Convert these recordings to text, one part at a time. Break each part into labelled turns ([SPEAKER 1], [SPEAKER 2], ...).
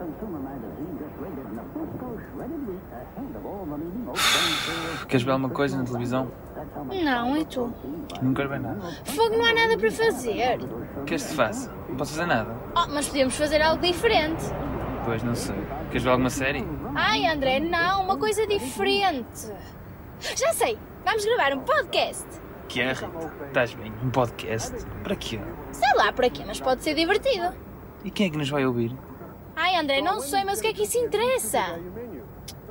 [SPEAKER 1] consumer magazine just rated Nabisco shredded wheat ahead of all the leading oat
[SPEAKER 2] Queres ver alguma coisa na televisão?
[SPEAKER 3] Não, e tu?
[SPEAKER 2] Não quero ver nada.
[SPEAKER 3] Fogo, não há nada para fazer.
[SPEAKER 2] Queres que te faça? Não posso fazer nada.
[SPEAKER 3] Oh, mas podemos fazer algo diferente.
[SPEAKER 2] Pois não sei. Queres ver alguma série?
[SPEAKER 3] Ai, André, não, uma coisa diferente. Já sei, vamos gravar um podcast.
[SPEAKER 2] Que é, Rita? Estás bem? Um podcast? Para quê?
[SPEAKER 3] Sei lá para quê, mas pode ser divertido.
[SPEAKER 2] E quem é que nos vai ouvir?
[SPEAKER 3] Ai, André, não sei, mas o que é que isso interessa?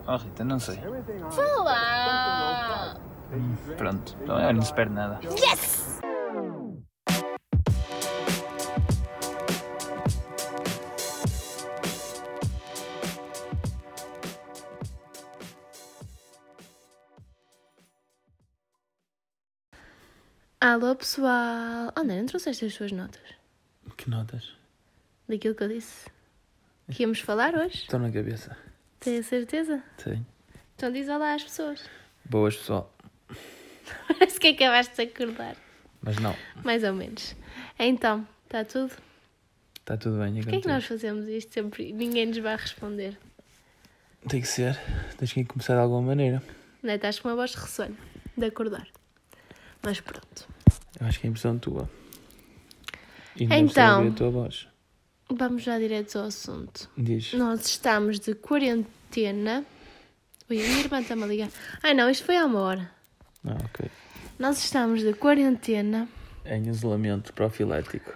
[SPEAKER 2] Oh, Rita, não sei.
[SPEAKER 3] Fala!
[SPEAKER 2] Pronto. Então, olha, não se perde nada.
[SPEAKER 3] Yes!
[SPEAKER 4] Alô pessoal! André, não trouxeste as suas notas
[SPEAKER 2] Que notas?
[SPEAKER 4] daquilo que eu disse que íamos falar hoje?
[SPEAKER 2] Estão na cabeça.
[SPEAKER 4] Tenho certeza?
[SPEAKER 2] Sim.
[SPEAKER 4] Então diz olá às pessoas.
[SPEAKER 2] Boas, pessoal.
[SPEAKER 4] Parece que acabaste de acordar.
[SPEAKER 2] Mas não.
[SPEAKER 4] Mais ou menos. Então, está tudo?
[SPEAKER 2] Está tudo bem.
[SPEAKER 4] Porquê é que nós fazemos isto sempre e ninguém nos vai responder?
[SPEAKER 2] Tem que ser. Tens que começar de alguma maneira.
[SPEAKER 4] Não é? Estás com uma voz de ressonho de acordar. Mas pronto.
[SPEAKER 2] Eu acho que é impressão tua. E
[SPEAKER 4] não Então. percebi
[SPEAKER 2] a tua voz.
[SPEAKER 4] Vamos já direto ao assunto.
[SPEAKER 2] Diz.
[SPEAKER 4] Nós estamos de quarentena. Ui, a minha irmã está-me a ligar. Ai não, isto foi há uma hora.
[SPEAKER 2] Ah, ok.
[SPEAKER 4] Nós estamos de quarentena.
[SPEAKER 2] Em isolamento profilático.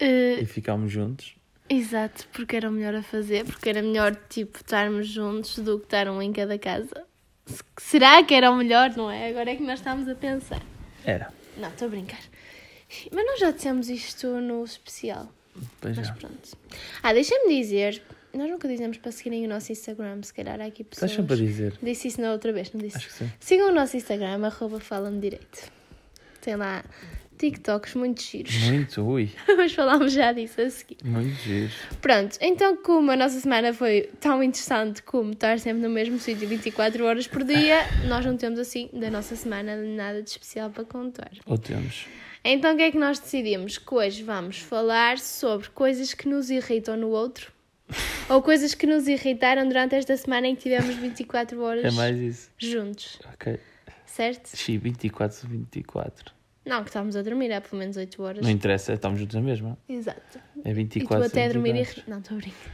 [SPEAKER 4] eh,
[SPEAKER 2] E ficámos juntos.
[SPEAKER 4] Exato, porque era o melhor a fazer, porque era melhor, tipo, estarmos juntos do que estar um em cada casa. Se- Será que era o melhor, não é? Agora é que nós estamos a pensar.
[SPEAKER 2] Era.
[SPEAKER 4] Não, estou a brincar. Mas nós já dissemos isto no especial,
[SPEAKER 2] Pois
[SPEAKER 4] mas
[SPEAKER 2] já.
[SPEAKER 4] pronto. Ah, deixa-me dizer, nós nunca dizemos para seguirem o nosso Instagram, se calhar há aqui pessoas...
[SPEAKER 2] Estás sempre a dizer.
[SPEAKER 4] Disse isso na outra vez, não disse?
[SPEAKER 2] Acho que sim.
[SPEAKER 4] Sigam o nosso Instagram, arroba fala-me direito. Tem lá TikToks muito giros.
[SPEAKER 2] Muito, ui.
[SPEAKER 4] Mas falámos já disso a seguir.
[SPEAKER 2] Muito giro.
[SPEAKER 4] Pronto, então como a nossa semana foi tão interessante como estar sempre no mesmo sítio 24 horas por dia, nós não temos assim da nossa semana nada de especial para contar.
[SPEAKER 2] Ou temos.
[SPEAKER 4] Então o que é que nós decidimos? Que hoje vamos falar sobre coisas que nos irritam no outro ou coisas que nos irritaram durante esta semana em que tivemos 24 horas
[SPEAKER 2] É mais isso.
[SPEAKER 4] juntos,
[SPEAKER 2] Ok.
[SPEAKER 4] certo?
[SPEAKER 2] Xi, 24 sobre 24.
[SPEAKER 4] Não, que estávamos a dormir há pelo menos 8 horas.
[SPEAKER 2] Não interessa, estamos juntos na mesma.
[SPEAKER 4] Exato.
[SPEAKER 2] É
[SPEAKER 4] E,
[SPEAKER 2] 24
[SPEAKER 4] tu até a
[SPEAKER 2] sobre
[SPEAKER 4] dormir
[SPEAKER 2] 24.
[SPEAKER 4] irrita. Não, estou a brincar.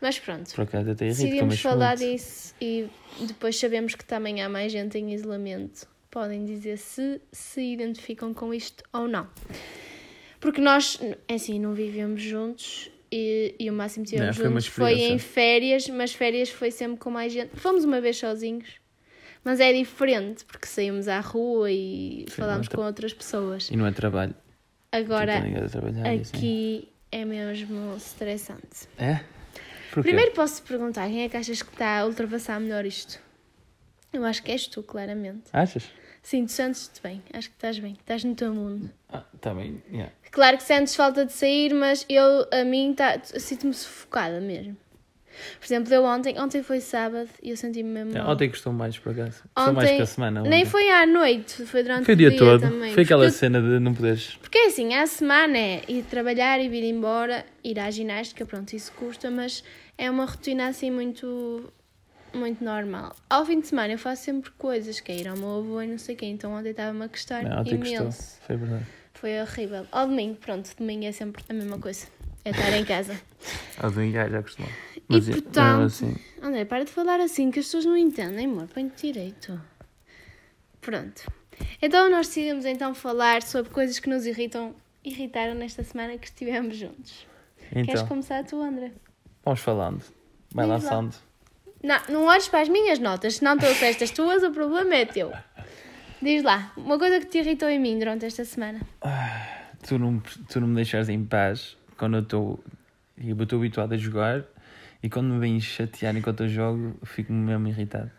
[SPEAKER 4] Mas pronto.
[SPEAKER 2] Por acaso até irrito,
[SPEAKER 4] Decidimos
[SPEAKER 2] mas
[SPEAKER 4] falar
[SPEAKER 2] muito.
[SPEAKER 4] disso e depois sabemos que também há mais gente em isolamento. Podem dizer se se identificam com isto ou não. Porque nós, é assim, não vivemos juntos e, e o máximo que tivemos
[SPEAKER 2] Não, foi uma
[SPEAKER 4] juntos foi em
[SPEAKER 2] experiência.
[SPEAKER 4] férias, mas férias foi sempre com mais gente. Fomos uma vez sozinhos, mas é diferente porque saímos à rua e falámos
[SPEAKER 2] outra-
[SPEAKER 4] com outras pessoas.
[SPEAKER 2] E não é trabalho.
[SPEAKER 4] Agora,
[SPEAKER 2] Estou ligado a trabalhar e assim.
[SPEAKER 4] aqui é mesmo estressante.
[SPEAKER 2] É? Porquê?
[SPEAKER 4] Primeiro posso perguntar quem é que achas que está a ultrapassar melhor isto? Eu acho que és tu, claramente.
[SPEAKER 2] Achas?
[SPEAKER 4] Sim, tu sentes-te bem. Acho que estás bem. Estás no teu mundo.
[SPEAKER 2] Ah, tá bem. yeah.
[SPEAKER 4] Claro que sentes falta de sair, mas eu, a mim, tá, sinto-me sufocada mesmo. Por exemplo, eu ontem, ontem foi sábado e eu senti-me mesmo.
[SPEAKER 2] Yeah,
[SPEAKER 4] mal.
[SPEAKER 2] É, Ontem gostou mais, por acaso. Gostou mais que a semana.
[SPEAKER 4] Nem
[SPEAKER 2] ontem.
[SPEAKER 4] foi à noite, foi durante
[SPEAKER 2] Foi
[SPEAKER 4] o
[SPEAKER 2] o dia, todo.
[SPEAKER 4] também.
[SPEAKER 2] Foi aquela
[SPEAKER 4] Porque eu
[SPEAKER 2] cena de não poderes.
[SPEAKER 4] Porque assim, à semana é ir trabalhar e vir embora, ir à ginástica, pronto, isso custa, mas é uma rotina assim muito muito normal. Ao fim de semana eu faço sempre coisas, que é ir ao meu avô e não sei o quê, então ontem estava-me a custar
[SPEAKER 2] Não, ontem gostou.
[SPEAKER 4] imenso.
[SPEAKER 2] Foi verdade.
[SPEAKER 4] Foi horrível. Ao domingo, pronto, domingo é sempre a mesma coisa, é estar em casa.
[SPEAKER 2] Ah, bem, já, já acostumado.
[SPEAKER 4] e
[SPEAKER 2] mesmo
[SPEAKER 4] portanto,
[SPEAKER 2] assim,
[SPEAKER 4] André, para de falar assim que as pessoas não entendem, amor, põe-te direito. Pronto. Então nós decidimos então falar sobre coisas que nos irritam, irritaram nesta semana que estivemos juntos. Queres
[SPEAKER 2] Então,
[SPEAKER 4] começar tu, André?
[SPEAKER 2] vamos falando. Vai
[SPEAKER 4] Diz lá.
[SPEAKER 2] lançando.
[SPEAKER 4] Não, não olhes para as minhas notas. Se não trouxeste as tuas, o problema é teu. Diz lá, uma coisa que te irritou em mim durante esta semana.
[SPEAKER 2] tu não, tu não me deixares em paz quando eu estou. tipo, Eu estou habituado a jogar e quando me vens chatear enquanto eu jogo, eu fico mesmo irritado.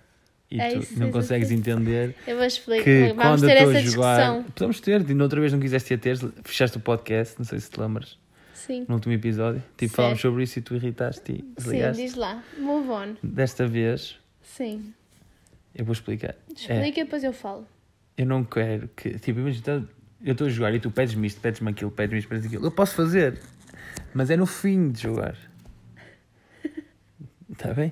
[SPEAKER 2] E
[SPEAKER 4] É
[SPEAKER 2] tu
[SPEAKER 4] isso,
[SPEAKER 2] não
[SPEAKER 4] isso,
[SPEAKER 2] consegues
[SPEAKER 4] isso.
[SPEAKER 2] entender
[SPEAKER 4] Eu vou explicar.
[SPEAKER 2] que
[SPEAKER 4] Vamos
[SPEAKER 2] quando
[SPEAKER 4] ter
[SPEAKER 2] eu estou
[SPEAKER 4] essa
[SPEAKER 2] a jogar.
[SPEAKER 4] discussão.
[SPEAKER 2] Podemos ter, de outra vez não quiseste ir a ter, fechaste o podcast, não sei se te lembras,
[SPEAKER 4] Sim.
[SPEAKER 2] no último episódio. Tipo,
[SPEAKER 4] Certo.
[SPEAKER 2] falámos sobre isso e tu irritaste e
[SPEAKER 4] Sim,
[SPEAKER 2] desligaste.
[SPEAKER 4] diz lá. Move on.
[SPEAKER 2] Desta vez,
[SPEAKER 4] Sim.
[SPEAKER 2] eu vou explicar. É,
[SPEAKER 4] Explica e depois eu falo.
[SPEAKER 2] eu não quero que. Tipo, imagina, eu estou a jogar e tu pedes-me isto, pedes-me aquilo, pedes-me isto, pedes aquilo. Eu posso fazer, mas é no fim de jogar. Está bem?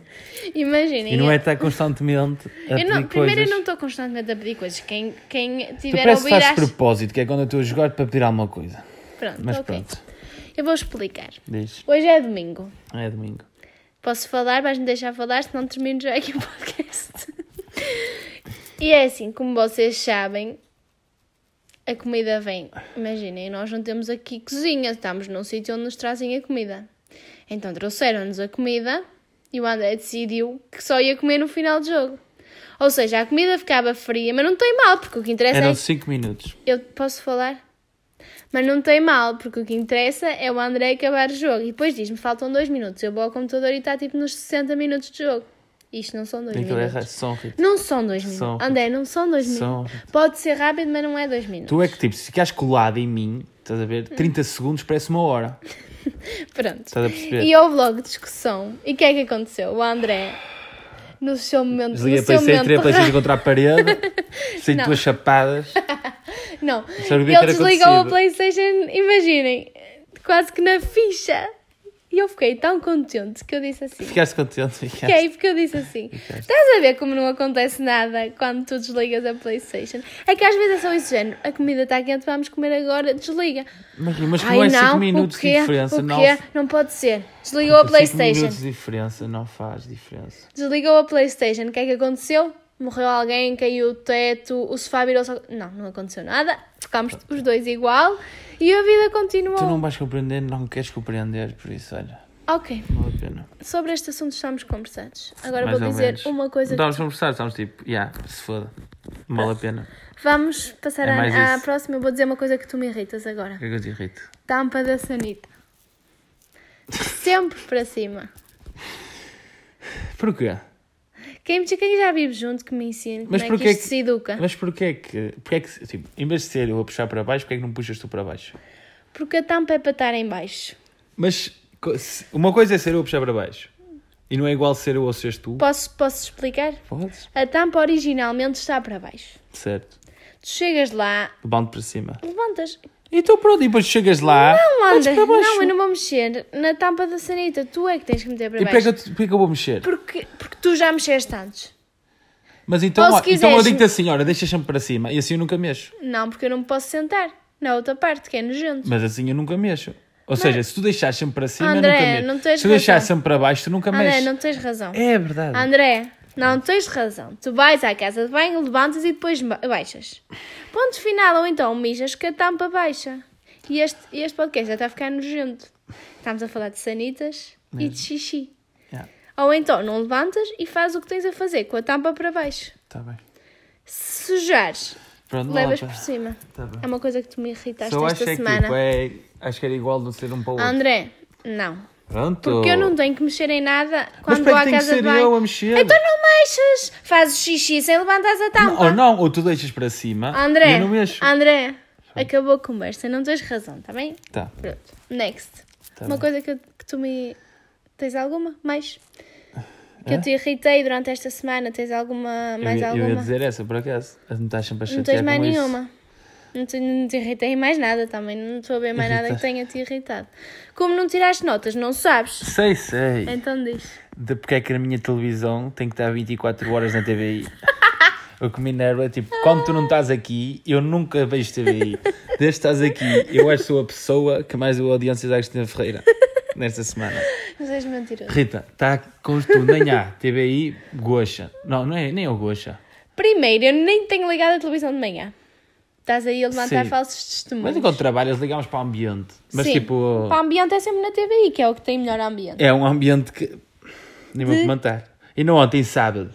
[SPEAKER 4] Imaginem.
[SPEAKER 2] E não é estar constantemente a
[SPEAKER 4] eu
[SPEAKER 2] pedir
[SPEAKER 4] não, primeiro,
[SPEAKER 2] coisas.
[SPEAKER 4] eu não estou constantemente a pedir coisas. Quem, quem
[SPEAKER 2] Tu
[SPEAKER 4] tiver a
[SPEAKER 2] parece que
[SPEAKER 4] ouvir,
[SPEAKER 2] fazes
[SPEAKER 4] acha-
[SPEAKER 2] propósito, que é quando eu estou a jogar para pedir alguma coisa.
[SPEAKER 4] Pronto,
[SPEAKER 2] Mas
[SPEAKER 4] ok.
[SPEAKER 2] pronto,
[SPEAKER 4] Eu vou explicar.
[SPEAKER 2] diz.
[SPEAKER 4] Hoje é domingo.
[SPEAKER 2] É domingo.
[SPEAKER 4] Posso falar, vais-me deixar falar, senão termino já aqui o podcast. e é assim, como vocês sabem, a comida vem. Imaginem, nós não temos aqui cozinha, estamos num sítio onde nos trazem a comida. Então trouxeram-nos a comida e o André decidiu que só ia comer no final do jogo. Ou seja, a comida ficava fria, mas não tem mal, porque o que interessa é
[SPEAKER 2] Eram
[SPEAKER 4] que
[SPEAKER 2] 5 minutos.
[SPEAKER 4] eu posso falar? Mas não tem mal, porque o que interessa é o André acabar o jogo. E depois diz-me, faltam dois minutos. Eu vou ao computador e está tipo nos 60 minutos de jogo. Isto não são dois
[SPEAKER 2] Aquilo é
[SPEAKER 4] minutos.
[SPEAKER 2] ra- só um ritmo.
[SPEAKER 4] Não são dois minutos.
[SPEAKER 2] São.
[SPEAKER 4] André, não são dois
[SPEAKER 2] São.
[SPEAKER 4] minutos. Pode ser rápido, mas não é dois minutos.
[SPEAKER 2] Tu é que tipo, se ficares colado em mim, estás a
[SPEAKER 4] Hum.
[SPEAKER 2] ver? 30 segundos parece uma hora.
[SPEAKER 4] Pronto.
[SPEAKER 2] Estás a perceber?
[SPEAKER 4] E houve logo discussão. E o que é que aconteceu? O André, no seu momento.
[SPEAKER 2] Desliguei
[SPEAKER 4] no
[SPEAKER 2] a
[SPEAKER 4] seu
[SPEAKER 2] PlayStation, tirei a
[SPEAKER 4] momento
[SPEAKER 2] PlayStation contra a parede, sem duas chapadas.
[SPEAKER 4] Não,
[SPEAKER 2] Sabe o que
[SPEAKER 4] ele
[SPEAKER 2] era
[SPEAKER 4] desligou a
[SPEAKER 2] acontecido?
[SPEAKER 4] Playstation, imaginem, quase que na ficha. E eu fiquei tão contente que eu disse assim.
[SPEAKER 2] Ficaste contente, ficaste.
[SPEAKER 4] Fiquei é porque eu disse assim. Estás a ver como não acontece nada quando tu desligas a Playstation? É que às vezes é só esse género. A comida está quente, vamos comer agora, desliga.
[SPEAKER 2] Mas, mas como é 5 minutos
[SPEAKER 4] o
[SPEAKER 2] de
[SPEAKER 4] quê?
[SPEAKER 2] diferença,
[SPEAKER 4] o
[SPEAKER 2] não.
[SPEAKER 4] quê? Não pode ser. Desligou a
[SPEAKER 2] cinco
[SPEAKER 4] Playstation.
[SPEAKER 2] minutos de diferença não faz diferença.
[SPEAKER 4] Desligou a Playstation. O que é que aconteceu? Morreu alguém, caiu o teto, o sofá virou-se... ao- Não, não aconteceu nada. Ficámos os dois igual e a vida continuou.
[SPEAKER 2] Tu não vais compreender, não queres compreender, por isso, olha,
[SPEAKER 4] Ok,
[SPEAKER 2] não vale a pena.
[SPEAKER 4] sobre este assunto estamos conversados. Agora
[SPEAKER 2] Mais
[SPEAKER 4] vou
[SPEAKER 2] ou
[SPEAKER 4] dizer
[SPEAKER 2] menos.
[SPEAKER 4] uma coisa.
[SPEAKER 2] Não estávamos a conversar, estávamos tipo, yeah, se foda, não vale a pena.
[SPEAKER 4] Vamos passar
[SPEAKER 2] É
[SPEAKER 4] à-
[SPEAKER 2] mais
[SPEAKER 4] à,
[SPEAKER 2] isso.
[SPEAKER 4] próxima. Eu vou dizer uma coisa que tu me irritas agora.
[SPEAKER 2] O que é que eu te irrito?
[SPEAKER 4] Tampa da sanita. Sempre para cima.
[SPEAKER 2] Porquê?
[SPEAKER 4] Quem, quem já vive junto que me ensina como
[SPEAKER 2] Mas
[SPEAKER 4] é que
[SPEAKER 2] porquê
[SPEAKER 4] isto
[SPEAKER 2] que-
[SPEAKER 4] se educa.
[SPEAKER 2] Mas porquê é que, porquê que tipo, em vez de ser eu a puxar para baixo, porquê é que não puxas tu para baixo?
[SPEAKER 4] Porque a tampa é para estar em baixo.
[SPEAKER 2] Mas co- se- uma coisa é ser eu a puxar para baixo e não é igual ser eu ou seres tu.
[SPEAKER 4] Posso, posso explicar?
[SPEAKER 2] Podes?
[SPEAKER 4] A tampa originalmente está para baixo.
[SPEAKER 2] Certo.
[SPEAKER 4] Tu chegas lá,
[SPEAKER 2] Do bando para cima.
[SPEAKER 4] levantas.
[SPEAKER 2] Então pronto, e depois chegas lá.
[SPEAKER 4] Não,
[SPEAKER 2] metes
[SPEAKER 4] André,
[SPEAKER 2] para baixo.
[SPEAKER 4] não, eu não vou mexer na tampa da sanita. Tu é que tens que meter para
[SPEAKER 2] E porquê que,
[SPEAKER 4] baixo.
[SPEAKER 2] eu, te- porquê que eu vou mexer?
[SPEAKER 4] Porque, porque tu já mexeste antes.
[SPEAKER 2] Mas então,
[SPEAKER 4] Ou se
[SPEAKER 2] ó, então eu
[SPEAKER 4] quiseres-
[SPEAKER 2] digo-te assim, olha, deixa sempre para cima. E assim eu nunca mexo.
[SPEAKER 4] Não, porque eu não me posso sentar na outra parte, que é nojento.
[SPEAKER 2] Mas assim eu nunca mexo. Ou seja, se tu deixares sempre para cima,
[SPEAKER 4] André,
[SPEAKER 2] eu nunca mexo.
[SPEAKER 4] não tens
[SPEAKER 2] se tu deixares
[SPEAKER 4] razão.
[SPEAKER 2] sempre para baixo, tu nunca
[SPEAKER 4] André,
[SPEAKER 2] mexes.
[SPEAKER 4] não tens razão.
[SPEAKER 2] É verdade.
[SPEAKER 4] André, não tens razão. Tu vais à casa de banho, levantas e depois ba- baixas. Ponto final, ou então mijas que a tampa baixa. E este, este podcast já está a ficar nojento. Estamos a falar de sanitas e de xixi.
[SPEAKER 2] Yeah,
[SPEAKER 4] Ou então não levantas e faz o que tens a fazer com a tampa para baixo.
[SPEAKER 2] tá bem.
[SPEAKER 4] Se sujares,
[SPEAKER 2] Pronto,
[SPEAKER 4] levas
[SPEAKER 2] não,
[SPEAKER 4] por cima.
[SPEAKER 2] Tá bem.
[SPEAKER 4] É uma coisa que tu me irritaste
[SPEAKER 2] Só acho
[SPEAKER 4] esta
[SPEAKER 2] é que
[SPEAKER 4] semana.
[SPEAKER 2] tipo, é... acho que era igual de ser um para o outro.
[SPEAKER 4] André, não.
[SPEAKER 2] Pronto.
[SPEAKER 4] Porque eu não tenho que mexer em nada
[SPEAKER 2] Mas
[SPEAKER 4] quando vou
[SPEAKER 2] para
[SPEAKER 4] à
[SPEAKER 2] que tem que
[SPEAKER 4] casa de
[SPEAKER 2] ser
[SPEAKER 4] banho.
[SPEAKER 2] eu a mexer?
[SPEAKER 4] Então não mexas! Fazes xixi sem levantares a tampa.
[SPEAKER 2] Ou não, ou tu deixas para cima e
[SPEAKER 4] André,
[SPEAKER 2] eu não mexo.
[SPEAKER 4] André, acabou a conversa, não tens razão, tá bem?
[SPEAKER 2] Tá.
[SPEAKER 4] Pronto, next.
[SPEAKER 2] Tá
[SPEAKER 4] Uma
[SPEAKER 2] bem.
[SPEAKER 4] coisa que, eu- que tu me. Tens alguma? Mais? Que eu te irritei durante esta semana, tens alguma? Mais
[SPEAKER 2] eu, ia- eu ia
[SPEAKER 4] alguma?
[SPEAKER 2] dizer essa, por acaso. Não estás sempre a
[SPEAKER 4] não
[SPEAKER 2] chatear
[SPEAKER 4] tens mais
[SPEAKER 2] com isso.
[SPEAKER 4] nenhuma. Não te, não te irritei em mais nada também, não estou a ver mais nada que
[SPEAKER 2] Irritaste.
[SPEAKER 4] tenha te irritado. Como não tiraste notas, não sabes?
[SPEAKER 2] Sei, sei.
[SPEAKER 4] Então diz.
[SPEAKER 2] De porque é que a minha televisão tem que estar 24 horas na TVI. O que me enerva é tipo, quando tu não estás aqui, eu nunca vejo TVI. Desde que estás aqui, eu acho que sou a pessoa que mais deu audiências à Cristina Ferreira nesta semana.
[SPEAKER 4] Mas és mentiroso.
[SPEAKER 2] Rita, está com tu nem há TVI, goxa. Não, não é, nem é o goxa.
[SPEAKER 4] Primeiro, eu nem tenho ligado a televisão de manhã. Estás aí a levantar
[SPEAKER 2] Sim.
[SPEAKER 4] falsos
[SPEAKER 2] Mas
[SPEAKER 4] testemunhos.
[SPEAKER 2] enquanto trabalhas, ligamos para o ambiente. Mas
[SPEAKER 4] Sim.
[SPEAKER 2] tipo,
[SPEAKER 4] Para o ambiente é sempre na TVI, que é o que tem melhor ambiente.
[SPEAKER 2] é um ambiente que. Nem vou comentar. E não ontem, sábado.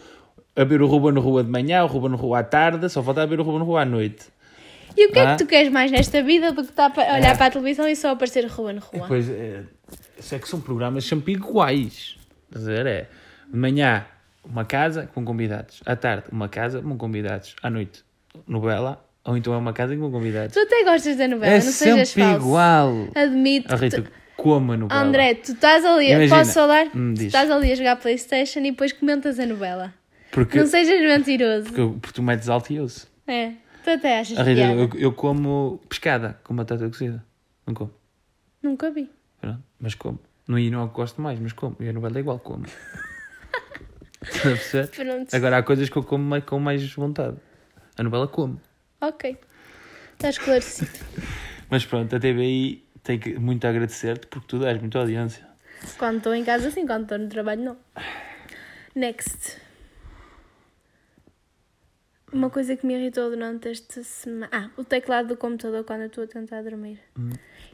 [SPEAKER 2] A ver o Ruba no Rua de manhã, o Ruba no Rua à tarde, só falta a ver o Ruba no Rua à noite.
[SPEAKER 4] E o que é
[SPEAKER 2] Ah.
[SPEAKER 4] que tu queres mais nesta vida do que estar a olhar para a televisão e só aparecer rua na rua?
[SPEAKER 2] Pois é, isso é que são programas sempre iguais. Estás a ver? É de manhã uma casa com convidados, à tarde uma casa com convidados, à noite novela, ou então é uma casa com convidados.
[SPEAKER 4] Tu até gostas da novela,
[SPEAKER 2] é
[SPEAKER 4] não sejas
[SPEAKER 2] sempre
[SPEAKER 4] falso.
[SPEAKER 2] igual.
[SPEAKER 4] Admito.
[SPEAKER 2] A
[SPEAKER 4] que
[SPEAKER 2] Rita,
[SPEAKER 4] Ah, tu-
[SPEAKER 2] coma a novela.
[SPEAKER 4] André, tu estás ali.
[SPEAKER 2] Imagina.
[SPEAKER 4] Posso falar?
[SPEAKER 2] Hum,
[SPEAKER 4] Tu
[SPEAKER 2] diz.
[SPEAKER 4] estás ali a jogar Playstation e depois comentas a novela.
[SPEAKER 2] porque,
[SPEAKER 4] Não sejas mentiroso.
[SPEAKER 2] porque, eu- porque tu metes alto e eu uso.
[SPEAKER 4] É. Tu até achas
[SPEAKER 2] A Rita,
[SPEAKER 4] piada.
[SPEAKER 2] eu, eu como pescada com batata cozida. Não como.
[SPEAKER 4] Nunca vi.
[SPEAKER 2] Pronto, mas como. Não, e não é o que gosto mais, mas como. E a novela é igual, como. Estás a perceber?
[SPEAKER 4] Pronto.
[SPEAKER 2] Agora há coisas que eu como mais- com mais vontade. A novela como.
[SPEAKER 4] Ok. Está esclarecido.
[SPEAKER 2] Mas pronto, a TVI tem que muito agradecer-te porque tu dás muita audiência.
[SPEAKER 4] Quando estou em casa, sim. Quando estou no trabalho, não. Next. Uma coisa que me irritou durante esta semana. Ah, o teclado do computador quando eu estou a tentar dormir.
[SPEAKER 2] Hum.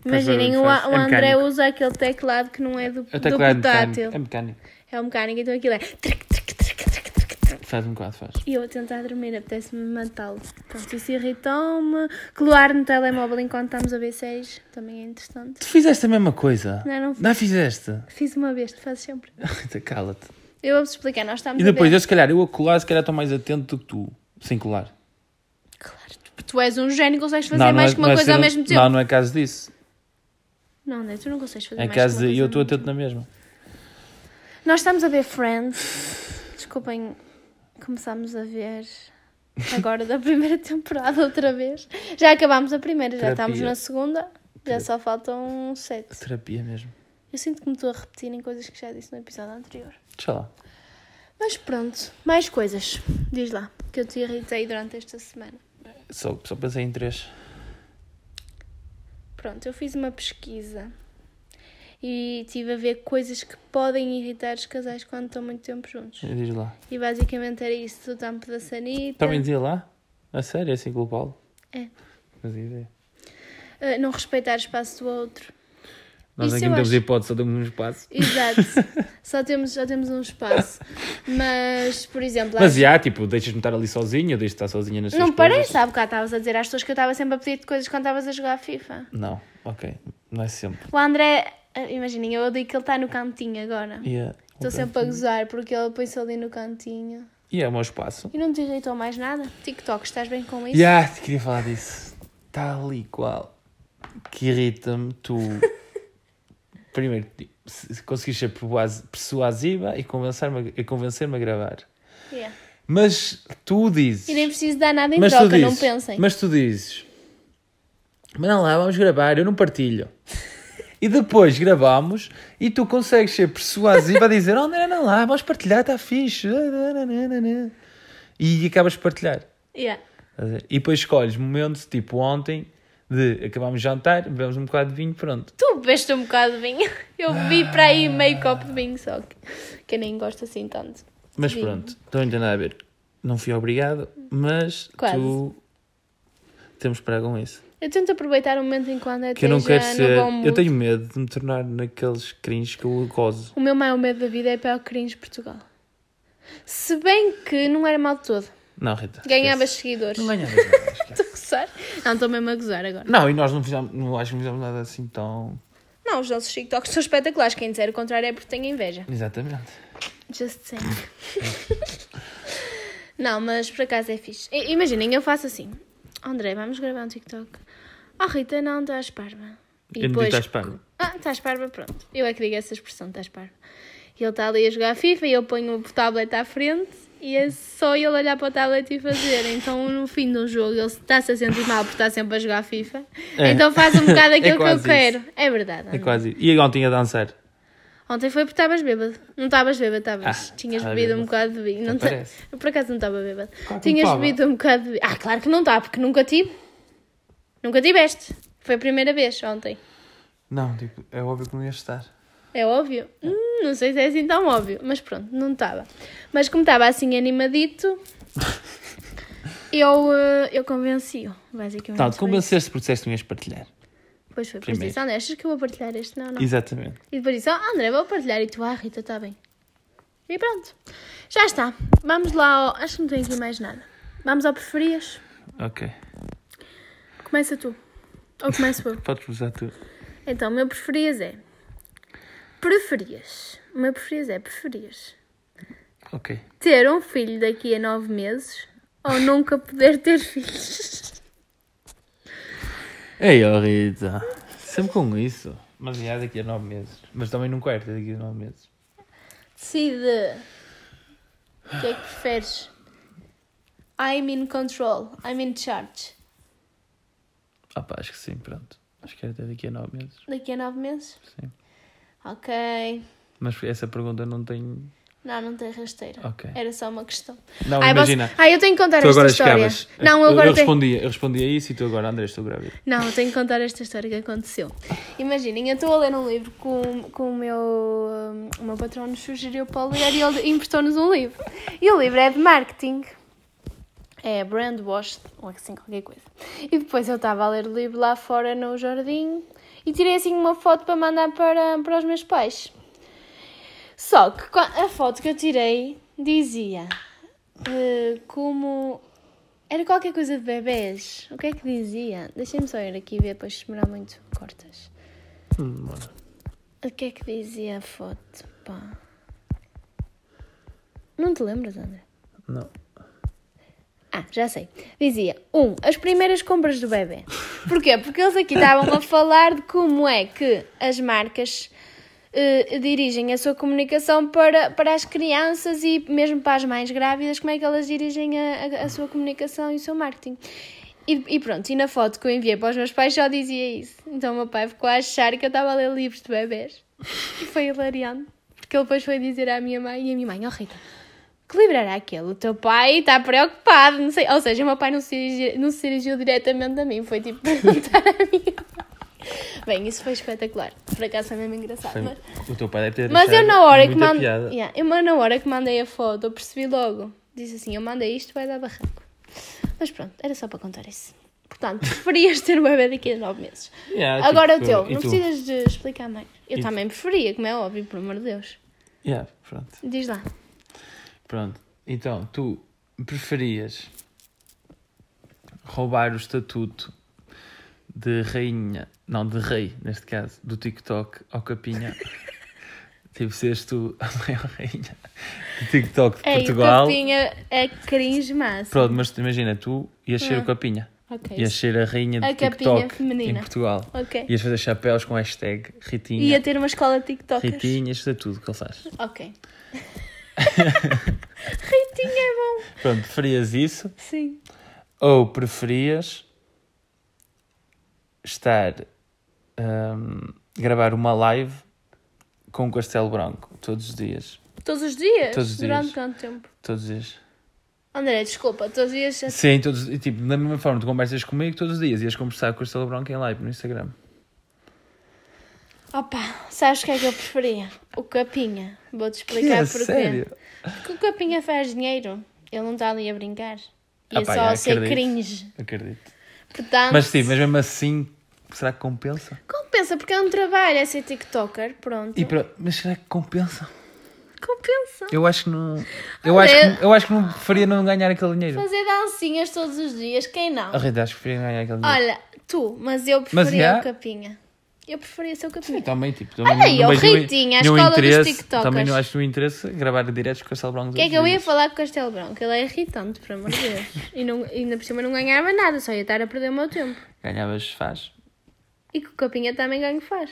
[SPEAKER 4] Imaginem,
[SPEAKER 2] Faz
[SPEAKER 4] o,
[SPEAKER 2] barulho, faz.
[SPEAKER 4] o
[SPEAKER 2] É
[SPEAKER 4] André
[SPEAKER 2] mecânico.
[SPEAKER 4] usa aquele teclado que não é do,
[SPEAKER 2] Eu
[SPEAKER 4] do
[SPEAKER 2] tenho que lá
[SPEAKER 4] portátil.
[SPEAKER 2] mecânico. É mecânico.
[SPEAKER 4] É o mecânico, então aquilo é. tric, tric, tric, tric, tric, tric.
[SPEAKER 2] Faz um bocado, faz.
[SPEAKER 4] E eu a tentar dormir, apetece-me matá-lo. Pronto, isso irritou-me. Coloar no telemóvel enquanto estamos a ver séries também é interessante.
[SPEAKER 2] Tu fizeste a mesma coisa.
[SPEAKER 4] Não, não fiz.
[SPEAKER 2] fizeste.
[SPEAKER 4] Fiz uma vez, tu fazes sempre.
[SPEAKER 2] Rita, Cala-te.
[SPEAKER 4] Eu vou-vos explicar, nós estamos
[SPEAKER 2] E depois,
[SPEAKER 4] a ver.
[SPEAKER 2] eu se calhar, eu a colar, se calhar estou mais atento do que tu, sem colar.
[SPEAKER 4] Claro, tu, tu és um gênio, consegues fazer mais
[SPEAKER 2] é-
[SPEAKER 4] que uma
[SPEAKER 2] é
[SPEAKER 4] coisa
[SPEAKER 2] ser
[SPEAKER 4] ao
[SPEAKER 2] um-
[SPEAKER 4] mesmo tempo.
[SPEAKER 2] Não,
[SPEAKER 4] Não,
[SPEAKER 2] não é caso disso.
[SPEAKER 4] André, tu não consegues fazer
[SPEAKER 2] É
[SPEAKER 4] mais que uma
[SPEAKER 2] caso
[SPEAKER 4] coisa.
[SPEAKER 2] de eu
[SPEAKER 4] ao
[SPEAKER 2] estou
[SPEAKER 4] mesmo
[SPEAKER 2] atento na mesma.
[SPEAKER 4] tempo. Nós estamos a ver Friends. Desculpem, começámos a ver agora da primeira temporada outra vez. Já acabámos a primeira, já estamos
[SPEAKER 2] Terapia.
[SPEAKER 4] na segunda. Já só faltam sete.
[SPEAKER 2] Terapia mesmo.
[SPEAKER 4] Eu sinto que me estou a repetir em coisas que já disse no episódio anterior.
[SPEAKER 2] Deixa lá.
[SPEAKER 4] Mas pronto, mais coisas. Diz lá, que eu te irritei durante esta semana.
[SPEAKER 2] Só, só pensei em três.
[SPEAKER 4] Pronto, eu fiz uma pesquisa e tive a ver coisas que podem irritar os casais quando estão muito tempo juntos.
[SPEAKER 2] Diz lá.
[SPEAKER 4] E basicamente era isso: do tampo da sanita.
[SPEAKER 2] Também dizia lá? A sério, assim global?
[SPEAKER 4] É.
[SPEAKER 2] Fazia ideia.
[SPEAKER 4] eh, não respeitar o espaço do outro.
[SPEAKER 2] Nós
[SPEAKER 4] Isso
[SPEAKER 2] aqui
[SPEAKER 4] eu
[SPEAKER 2] não temos
[SPEAKER 4] acho.
[SPEAKER 2] hipótese, só temos um espaço.
[SPEAKER 4] Exato. só, temos, só temos um espaço. Mas, por exemplo,
[SPEAKER 2] Mas
[SPEAKER 4] às-
[SPEAKER 2] já, tipo, deixas-me estar ali sozinha, deixas estar sozinha nas
[SPEAKER 4] não
[SPEAKER 2] tuas coisas.
[SPEAKER 4] parece, há bocado estavas a dizer às pessoas que eu estava sempre a pedir-te coisas quando estavas a jogar a FIFA.
[SPEAKER 2] Não, ok. Não é sempre.
[SPEAKER 4] O André, ah, imaginem, eu digo que ele está no cantinho agora.
[SPEAKER 2] E é-
[SPEAKER 4] Estou sempre a gozar porque ele põe-se ali no cantinho.
[SPEAKER 2] E é o meu espaço.
[SPEAKER 4] E não te irritou mais nada? TikTok, estás bem com isso?
[SPEAKER 2] Já, te queria falar disso. Está ali qual. Que irrita-me tu. Primeiro, se se conseguires ser persuas- persuasiva e convencer-me a- e convencer-me a gravar.
[SPEAKER 4] Yeah.
[SPEAKER 2] Mas tu dizes.
[SPEAKER 4] E nem preciso dar nada em
[SPEAKER 2] mas
[SPEAKER 4] troca,
[SPEAKER 2] tu dizes,
[SPEAKER 4] não pensem.
[SPEAKER 2] Mas tu dizes. Mas não lá, vamos gravar, eu não partilho. E depois gravamos e tu consegues ser persuasiva a dizer: Oh, não, não, lá, vamos partilhar, está fixe. E acabas de partilhar.
[SPEAKER 4] Yeah.
[SPEAKER 2] Estás a ver? E depois escolhes momentos, tipo ontem, de acabámos de jantar, bebemos um bocado de vinho, pronto.
[SPEAKER 4] Tu bebeste um bocado de vinho. Eu bebi para
[SPEAKER 2] Ah.
[SPEAKER 4] aí meio copo de vinho só, que, que eu nem gosto assim tanto.
[SPEAKER 2] Mas
[SPEAKER 4] Vinho.
[SPEAKER 2] pronto, então não tem nada a ver. Não fui obrigado, mas
[SPEAKER 4] Quase.
[SPEAKER 2] tu. Temos que parar com isso.
[SPEAKER 4] Eu tento aproveitar o momento enquanto é
[SPEAKER 2] Que eu não quero ser.
[SPEAKER 4] bom mood.
[SPEAKER 2] Eu tenho medo de me tornar naqueles crins que eu gozo.
[SPEAKER 4] O meu maior medo da vida é para o cringe Portugal. Se bem que não era mal de todo.
[SPEAKER 2] Não, Rita.
[SPEAKER 4] Ganhavas
[SPEAKER 2] esquece.
[SPEAKER 4] seguidores.
[SPEAKER 2] Não ganhavas. nada, esquece.
[SPEAKER 4] Estou a gozar? Não, estou mesmo a gozar agora.
[SPEAKER 2] não, e nós não fizemos. Não, acho que não fizemos nada assim tão.
[SPEAKER 4] Não, os nossos TikToks são espetaculares. Quem disser o contrário é porque tem inveja.
[SPEAKER 2] Exatamente.
[SPEAKER 4] Just saying. não, mas por acaso é fixe. I- imaginem, eu faço assim. André, vamos gravar um TikTok. Oh, Rita, não, estás parva. E
[SPEAKER 2] Eu não digo estás parva.
[SPEAKER 4] Ah, estás parva, pronto. Eu é que digo essa expressão, estás parva. E ele está ali a jogar FIFA e eu ponho o tablet à frente e é só ele olhar para o tablet e fazer. Então, no fim do jogo, ele está-se a sentir mal porque está sempre a jogar FIFA.
[SPEAKER 2] É.
[SPEAKER 4] Então faz um bocado
[SPEAKER 2] É
[SPEAKER 4] aquilo que eu
[SPEAKER 2] quase isso.
[SPEAKER 4] quero. É verdade,
[SPEAKER 2] É
[SPEAKER 4] André.
[SPEAKER 2] quase. E ontem a dançar.
[SPEAKER 4] Ontem foi porque estavas bêbado. Não estavas bêbado, estavas.
[SPEAKER 2] Ah,
[SPEAKER 4] Tinhas
[SPEAKER 2] estava
[SPEAKER 4] bebido um bocado
[SPEAKER 2] bêbado.
[SPEAKER 4] de vinho.
[SPEAKER 2] Até
[SPEAKER 4] Não ta-
[SPEAKER 2] parece.
[SPEAKER 4] Eu, Por acaso não estava bêbado.
[SPEAKER 2] Claro que não
[SPEAKER 4] Tinhas
[SPEAKER 2] estava.
[SPEAKER 4] bebido um bocado de vinho. Ah, claro que não está, porque nunca tive. Nunca tiveste. Foi a primeira vez ontem.
[SPEAKER 2] Não, tipo, é óbvio que não ia estar.
[SPEAKER 4] É óbvio? Hum, não sei se é assim tão óbvio, mas pronto, não estava. Mas como estava assim animadito, eu, eh, eu convenci-o, basicamente.
[SPEAKER 2] Não, te
[SPEAKER 4] foi
[SPEAKER 2] convenceste porque disseste que não ias partilhar.
[SPEAKER 4] isso. Depois foi por
[SPEAKER 2] Tá, primeiro.
[SPEAKER 4] isso. André, achas que eu vou partilhar este? Não, não.
[SPEAKER 2] Exatamente.
[SPEAKER 4] E depois disse, oh, André, vou partilhar. E tu, ah, Rita, está bem. E pronto. Já está. Vamos lá ao... Acho que não tem aqui mais nada. Vamos ao preferias.
[SPEAKER 2] Ok.
[SPEAKER 4] Começa tu. Ou começo eu.
[SPEAKER 2] Podes usar tu.
[SPEAKER 4] Então, o meu preferias é... Preferias. O meu preferias é preferias.
[SPEAKER 2] Ok.
[SPEAKER 4] Ter um filho daqui a nove meses ou nunca poder ter filhos.
[SPEAKER 2] Ei, oh Rita. Sempre com isso. Mas já é daqui a nove meses. Mas também não quero ter daqui a nove meses.
[SPEAKER 4] Decide. O que é que preferes? I'm in control. I'm in charge.
[SPEAKER 2] Ah pá, acho que sim, pronto. Acho que era até daqui a nove meses.
[SPEAKER 4] Daqui a nove meses?
[SPEAKER 2] Sim.
[SPEAKER 4] Ok.
[SPEAKER 2] Mas essa pergunta não tem.
[SPEAKER 4] Não, não tem rasteira.
[SPEAKER 2] Ok.
[SPEAKER 4] Era só uma questão.
[SPEAKER 2] Não,
[SPEAKER 4] Ai,
[SPEAKER 2] imagina.
[SPEAKER 4] posso- Ai, eu tenho que contar
[SPEAKER 2] Tu
[SPEAKER 4] esta
[SPEAKER 2] agora
[SPEAKER 4] história.
[SPEAKER 2] chegavas.
[SPEAKER 4] Não, eu
[SPEAKER 2] eu,
[SPEAKER 4] agora
[SPEAKER 2] eu
[SPEAKER 4] tenho-
[SPEAKER 2] respondia, eu respondia isso e tu agora, André, estou grávida.
[SPEAKER 4] Não, eu tenho que contar esta história que aconteceu. Imaginem, eu estou a ler um livro com, com o meu. hum, O meu patrão nos sugeriu para ler e ele emprestou-nos um livro. E o livro é de marketing. É brand wash, ou assim, qualquer coisa. E depois eu estava a ler o livro lá fora no jardim e tirei assim uma foto para mandar para, para os meus pais. Só que qua- a foto que eu tirei dizia eh, como. Era qualquer coisa de bebês. O que é que dizia? Deixem-me só ir aqui ver, depois se demorar muito, cortas. o que é que dizia a foto? Pá. Não te lembras, André?
[SPEAKER 2] Não.
[SPEAKER 4] Ah, já sei. Dizia, um, as primeiras compras do bebê. Porquê? Porque eles aqui estavam a falar de como é que as marcas eh, dirigem a sua comunicação para, para as crianças e mesmo para as mães grávidas, como é que elas dirigem a, a- a sua comunicação e o seu marketing. E, e pronto, e na foto que eu enviei para os meus pais só dizia isso. Então o meu pai ficou a achar que eu estava a ler livros de bebés. E foi hilariante. Porque ele depois foi dizer à minha mãe, e a minha mãe, oh Rita, que livro era aquele? O teu pai está preocupado, não sei. Ou seja, o meu pai não se, dirigiu, não se dirigiu diretamente a mim, foi tipo perguntar a minha mãe. Bem, isso foi espetacular. Por acaso foi mesmo engraçado.
[SPEAKER 2] Foi-
[SPEAKER 4] mas-
[SPEAKER 2] O teu pai deve ter
[SPEAKER 4] mas eu
[SPEAKER 2] achado
[SPEAKER 4] na hora é que
[SPEAKER 2] muita
[SPEAKER 4] mandei.
[SPEAKER 2] piada.
[SPEAKER 4] Yeah, eu na hora que mandei a foto, eu percebi logo. Disse assim, eu mandei isto, vai dar barraco. Mas pronto, era só para contar isso. Portanto, preferias ter um bebê daqui a nove meses.
[SPEAKER 2] Yeah, tipo,
[SPEAKER 4] Agora é o
[SPEAKER 2] tu-
[SPEAKER 4] teu,
[SPEAKER 2] e
[SPEAKER 4] não
[SPEAKER 2] tu?
[SPEAKER 4] precisas de explicar mais. Eu
[SPEAKER 2] E tu?
[SPEAKER 4] também preferia, como é óbvio, por amor de Deus.
[SPEAKER 2] Yeah, pronto.
[SPEAKER 4] Diz lá.
[SPEAKER 2] Pronto. Então, tu preferias roubar o estatuto de rainha, não, de rei, neste caso, do TikTok ao Capinha? tipo, seres tu a maior rainha do TikTok de
[SPEAKER 4] Ei,
[SPEAKER 2] Portugal?
[SPEAKER 4] É, o capinha é cringe massa.
[SPEAKER 2] Pronto, mas imagina, tu ias
[SPEAKER 4] Hum.
[SPEAKER 2] ser o Capinha.
[SPEAKER 4] Ok.
[SPEAKER 2] Ias ser a rainha do
[SPEAKER 4] A Capinha
[SPEAKER 2] TikTok
[SPEAKER 4] feminina.
[SPEAKER 2] em Portugal.
[SPEAKER 4] Ok.
[SPEAKER 2] Ias fazer chapéus com hashtag Ritinha.
[SPEAKER 4] Ia ter uma escola de TikTokers.
[SPEAKER 2] Ritinhas, fazer tudo o que ele faz.
[SPEAKER 4] Ok. Ritinha é bom.
[SPEAKER 2] Pronto, preferias isso
[SPEAKER 4] Sim.
[SPEAKER 2] Ou preferias estar hum, gravar uma live com o Castelo Branco todos os dias?
[SPEAKER 4] Todos os dias?
[SPEAKER 2] Todos os dias.
[SPEAKER 4] Durante quanto tempo?
[SPEAKER 2] Todos os dias.
[SPEAKER 4] André, desculpa, todos os dias assim.
[SPEAKER 2] Sim, todos, e, tipo, da mesma forma, tu conversas comigo todos os dias, ias conversar com o Castelo Branco em live no Instagram.
[SPEAKER 4] Opa, sabes o que é que eu preferia? O Capinha. Vou-te explicar
[SPEAKER 2] é
[SPEAKER 4] porquê.
[SPEAKER 2] sério?
[SPEAKER 4] Porque o Capinha faz dinheiro. Ele não está ali a brincar. E
[SPEAKER 2] Ah
[SPEAKER 4] é
[SPEAKER 2] pá,
[SPEAKER 4] só
[SPEAKER 2] já,
[SPEAKER 4] ser
[SPEAKER 2] acredito.
[SPEAKER 4] cringe.
[SPEAKER 2] Acredito.
[SPEAKER 4] Portanto,
[SPEAKER 2] Mas sim, mas mesmo assim, será que compensa?
[SPEAKER 4] compensa, porque é um trabalho é ser TikToker. Pronto.
[SPEAKER 2] E pro- mas será que compensa?
[SPEAKER 4] Compensa.
[SPEAKER 2] Eu acho que não. Eu acho que, eu acho que não preferia não ganhar aquele dinheiro.
[SPEAKER 4] Fazer é dancinhas todos os dias, quem não?
[SPEAKER 2] A Rita, acho que preferia ganhar aquele dinheiro.
[SPEAKER 4] Olha, tu, mas eu preferia
[SPEAKER 2] já-
[SPEAKER 4] o Capinha. Eu preferia ser o Capinha.
[SPEAKER 2] Sim, também, tipo, também
[SPEAKER 4] Olha aí,
[SPEAKER 2] não
[SPEAKER 4] ó,
[SPEAKER 2] vejo nenhum-
[SPEAKER 4] Ritinha, a
[SPEAKER 2] nenhum
[SPEAKER 4] escola dos
[SPEAKER 2] interesse-
[SPEAKER 4] tiktokers.
[SPEAKER 2] Também não acho nenhum interesse gravar diretos com o Castelo Branco.
[SPEAKER 4] O que é que eu ia falar com o Castelo Branco? Ele é irritante, por amor de Deus. e não, ainda por cima não ganhava nada, só ia estar a perder o meu tempo.
[SPEAKER 2] Ganhavas, faz,
[SPEAKER 4] E que o Capinha também ganho faz.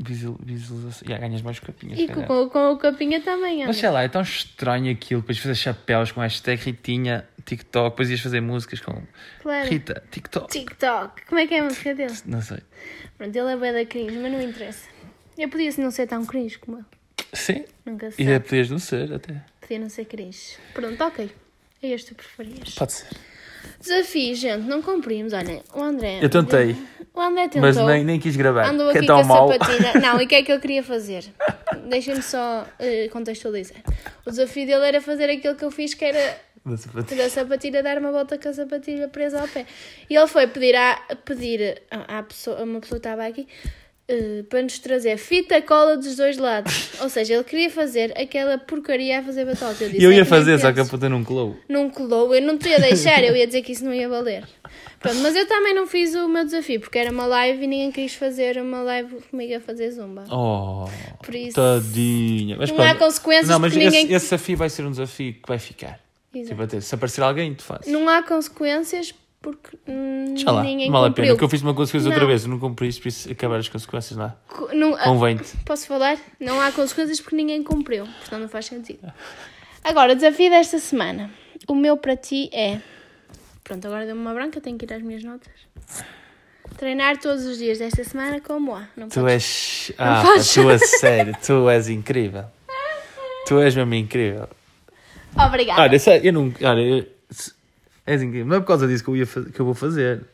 [SPEAKER 2] visil- visualização. Já ganhas mais capinhas,
[SPEAKER 4] E
[SPEAKER 2] se
[SPEAKER 4] com,
[SPEAKER 2] calhar.
[SPEAKER 4] com, com o Capinha também,
[SPEAKER 2] é Mas
[SPEAKER 4] André.
[SPEAKER 2] sei lá, é tão estranho aquilo. Depois fazer chapéus com hashtag Ritinha, TikTok. Depois ias fazer músicas com
[SPEAKER 4] Claro.
[SPEAKER 2] Rita, TikTok.
[SPEAKER 4] TikTok. Como é que é a música dele?
[SPEAKER 2] Não sei.
[SPEAKER 4] Pronto, ele é bué da cringe, mas não interessa. Eu podia não ser tão cringe como ele.
[SPEAKER 2] Sim.
[SPEAKER 4] Nunca
[SPEAKER 2] E
[SPEAKER 4] sei.
[SPEAKER 2] é, podias não ser até.
[SPEAKER 4] Podia não ser cringe. Pronto, ok. É este que tu preferias.
[SPEAKER 2] Pode ser.
[SPEAKER 4] Desafio, gente, não cumprimos. Olha, o André.
[SPEAKER 2] Eu tentei,
[SPEAKER 4] O André tentou.
[SPEAKER 2] mas nem, nem quis gravar.
[SPEAKER 4] Andou
[SPEAKER 2] que
[SPEAKER 4] aqui
[SPEAKER 2] é
[SPEAKER 4] com
[SPEAKER 2] tão
[SPEAKER 4] a
[SPEAKER 2] mau.
[SPEAKER 4] sapatilha. Não, e o que é que eu queria fazer? Deixem-me só eh, contextualizar. O desafio dele era fazer aquilo que eu fiz, que era
[SPEAKER 2] Da sapatilha.
[SPEAKER 4] da sapatilha dar uma volta com a sapatilha presa ao pé. E ele foi pedir a pedir à à pessoa, a uma pessoa que estava aqui eh, para nos trazer fita cola dos dois lados. Ou seja, ele queria fazer aquela porcaria a fazer batota. disse,
[SPEAKER 2] E eu
[SPEAKER 4] "É
[SPEAKER 2] ia
[SPEAKER 4] que nem
[SPEAKER 2] fazer, só que a
[SPEAKER 4] penses."
[SPEAKER 2] puta não colou.
[SPEAKER 4] Não colou, eu não te ia deixar, eu ia dizer que isso não ia valer. Pronto, mas eu também não fiz o meu desafio, porque era uma live e ninguém quis fazer uma live comigo a fazer zumba.
[SPEAKER 2] Oh,
[SPEAKER 4] Por isso,
[SPEAKER 2] tadinha. Mas
[SPEAKER 4] não
[SPEAKER 2] pronto.
[SPEAKER 4] há consequências
[SPEAKER 2] Não, mas
[SPEAKER 4] porque ninguém-
[SPEAKER 2] esse, esse desafio vai ser um desafio que vai ficar.
[SPEAKER 4] Exato.
[SPEAKER 2] Tipo, até, se aparecer alguém, tu fazes.
[SPEAKER 4] Não há consequências porque hum,
[SPEAKER 2] Sei lá,
[SPEAKER 4] ninguém
[SPEAKER 2] não vale a
[SPEAKER 4] cumpriu.
[SPEAKER 2] pena. Que eu fiz uma consequência outra
[SPEAKER 4] Não.
[SPEAKER 2] vez, não cumpriste, por isso acabar as consequências lá.
[SPEAKER 4] Co- não- ah,
[SPEAKER 2] Convém-te.
[SPEAKER 4] Posso falar? Não há consequências porque ninguém cumpriu, portanto não faz sentido. Agora, o desafio desta semana. O meu para ti é. Pronto, agora deu-me uma branca, tenho que ir às minhas notas. Treinar todos os dias desta semana como há. Não
[SPEAKER 2] Tu
[SPEAKER 4] podes-
[SPEAKER 2] és. Ah,
[SPEAKER 4] podes.
[SPEAKER 2] tu és sério, tu és incrível. Tu és mesmo incrível.
[SPEAKER 4] Obrigada.
[SPEAKER 2] Olha, sério, eu não. Olha, eu- se- és incrível. Não é por causa disso que eu, ia faz- que eu vou fazer.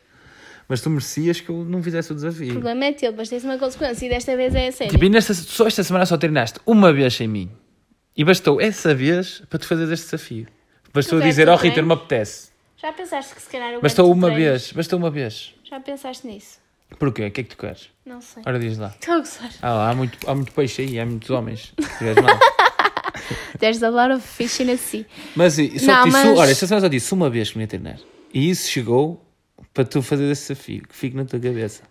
[SPEAKER 2] Mas tu merecias que eu não fizesse o
[SPEAKER 4] O
[SPEAKER 2] desafio.
[SPEAKER 4] problema é teu, depois tens uma consequência e desta vez é a sério.
[SPEAKER 2] Tipo, e nesta, só esta semana só treinaste uma vez sem mim. E bastou essa vez para tu fazeres este desafio. Bastou
[SPEAKER 4] é, Tu é,
[SPEAKER 2] dizer,
[SPEAKER 4] queres
[SPEAKER 2] ó
[SPEAKER 4] que eu
[SPEAKER 2] Rita, não me
[SPEAKER 4] treine?
[SPEAKER 2] apetece.
[SPEAKER 4] Já pensaste que se calhar eu
[SPEAKER 2] Bastou uma vez, bastou uma vez.
[SPEAKER 4] Já pensaste nisso?
[SPEAKER 2] Porquê? O que é que tu queres?
[SPEAKER 4] Não sei.
[SPEAKER 2] Ora, diz lá.
[SPEAKER 4] Estou a gozar.
[SPEAKER 2] Ah, lá, há, muito, há muito peixe aí, há muitos homens. Se tiveres mal.
[SPEAKER 4] There's a lot of fish in a sea.
[SPEAKER 2] Mas e- só
[SPEAKER 4] Não,
[SPEAKER 2] te disse,
[SPEAKER 4] mas-
[SPEAKER 2] olha, esta semana só disse uma vez que me ia treinar. E isso chegou para tu fazer esse desafio, que fique na tua cabeça.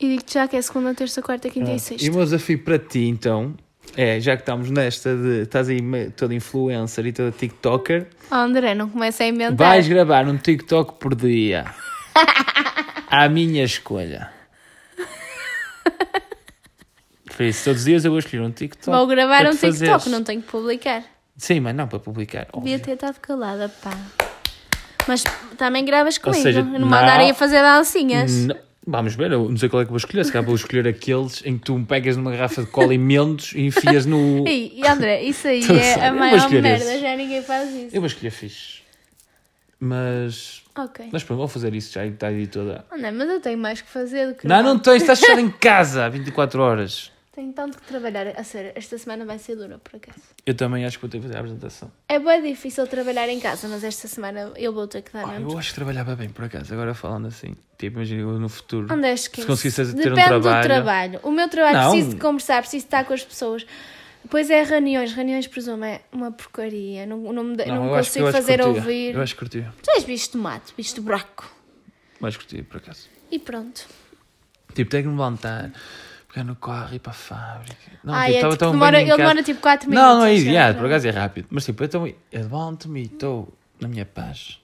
[SPEAKER 4] E digo-te já que é segunda, terça, quarta, quinta e
[SPEAKER 2] Ah, E
[SPEAKER 4] sexta.
[SPEAKER 2] o meu desafio para ti, então, é, já que estamos nesta de estás aí me- toda influencer e toda TikToker,
[SPEAKER 4] Oh, André, não comece a inventar.
[SPEAKER 2] vais gravar um TikTok por dia. à minha escolha. Por isso, todos os dias eu vou escolher um TikTok.
[SPEAKER 4] Vou gravar
[SPEAKER 2] para
[SPEAKER 4] um
[SPEAKER 2] tu
[SPEAKER 4] TikTok,
[SPEAKER 2] fazeres.
[SPEAKER 4] não tenho que publicar.
[SPEAKER 2] Sim, mas não para publicar.
[SPEAKER 4] Devia
[SPEAKER 2] óbvio.
[SPEAKER 4] ter estado calada, pá. Mas também gravas comigo.
[SPEAKER 2] seja,
[SPEAKER 4] não
[SPEAKER 2] não.
[SPEAKER 4] mandarei a fazer dancinhas.
[SPEAKER 2] Não- Vamos ver, eu não sei qual é que vou escolher. Se calhar vou escolher aqueles em que tu me pegas numa garrafa de cola e mendes e enfias no.
[SPEAKER 4] E, e André, É isso aí
[SPEAKER 2] Estou Hum. a
[SPEAKER 4] é
[SPEAKER 2] gozar.
[SPEAKER 4] a
[SPEAKER 2] Eu vou
[SPEAKER 4] maior
[SPEAKER 2] escolher
[SPEAKER 4] merda,
[SPEAKER 2] esses.
[SPEAKER 4] já ninguém faz isso.
[SPEAKER 2] Eu vou escolher fixe. Mas.
[SPEAKER 4] Ok. Mas...
[SPEAKER 2] Mas pronto, vou fazer isso já e está aí toda.
[SPEAKER 4] André, mas eu tenho mais que fazer do que.
[SPEAKER 2] Não, não tens, estás fechado em casa há 24 horas.
[SPEAKER 4] Tenho tanto que trabalhar. A sério, esta semana vai ser dura, por acaso.
[SPEAKER 2] Eu também acho que vou ter que fazer a apresentação.
[SPEAKER 4] É bem difícil trabalhar em casa, mas esta semana eu vou ter que dar mesmo.
[SPEAKER 2] eu acho que trabalhava bem, por acaso, agora falando assim. Tipo, imagina eu no futuro.
[SPEAKER 4] André, esquece.
[SPEAKER 2] Se conseguisses ter um
[SPEAKER 4] Depende
[SPEAKER 2] trabalho.
[SPEAKER 4] do trabalho. O meu trabalho
[SPEAKER 2] Não.
[SPEAKER 4] preciso de conversar, preciso de estar com as pessoas. Depois é reuniões. Reuniões, presumo, é uma porcaria. Não, não, me de- não
[SPEAKER 2] eu acho que- eu
[SPEAKER 4] consigo
[SPEAKER 2] acho que
[SPEAKER 4] fazer
[SPEAKER 2] curtia.
[SPEAKER 4] ouvir.
[SPEAKER 2] Eu acho que curtia.
[SPEAKER 4] Tu és bicho de mato, bicho de buraco.
[SPEAKER 2] Mas curtia, por acaso.
[SPEAKER 4] E pronto.
[SPEAKER 2] Tipo, tenho que me levantar, pegar no carro e ir para a fábrica. Não,
[SPEAKER 4] Ai,
[SPEAKER 2] tipo,
[SPEAKER 4] é,
[SPEAKER 2] tava
[SPEAKER 4] tipo,
[SPEAKER 2] tão
[SPEAKER 4] demora-
[SPEAKER 2] bem em
[SPEAKER 4] ele
[SPEAKER 2] casa.
[SPEAKER 4] demora, tipo, quatro
[SPEAKER 2] Não, não é
[SPEAKER 4] minutos a
[SPEAKER 2] isso,
[SPEAKER 4] chegar
[SPEAKER 2] yeah,
[SPEAKER 4] lá.
[SPEAKER 2] por acaso é rápido. Mas tipo, eu tão- eu levanto-me e estou na minha paz.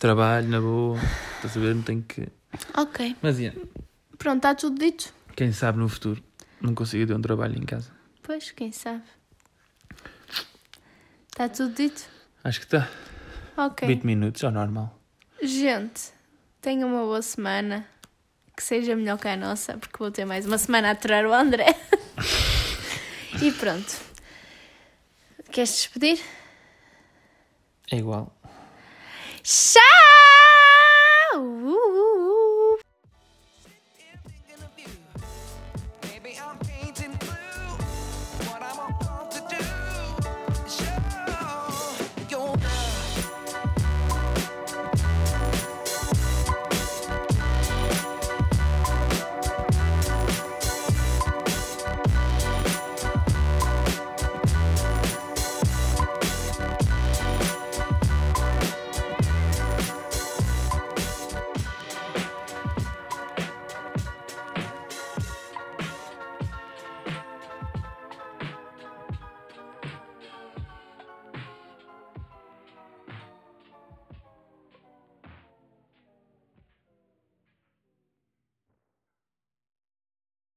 [SPEAKER 2] Trabalho na boa, estás a ver? Não tenho que.
[SPEAKER 4] Ok.
[SPEAKER 2] Mas yeah,
[SPEAKER 4] Pronto, está tudo dito.
[SPEAKER 2] quem sabe no futuro não consigo ter um trabalho em casa.
[SPEAKER 4] Pois, quem sabe. Está tudo dito?
[SPEAKER 2] Acho que está.
[SPEAKER 4] Ok.
[SPEAKER 2] 20 minutos, é o normal.
[SPEAKER 4] Gente, tenham uma boa semana. Que seja melhor que a nossa, porque vou ter mais uma semana a aturar o André. e pronto. Queres despedir?
[SPEAKER 2] É igual.
[SPEAKER 4] Tchau! Uh,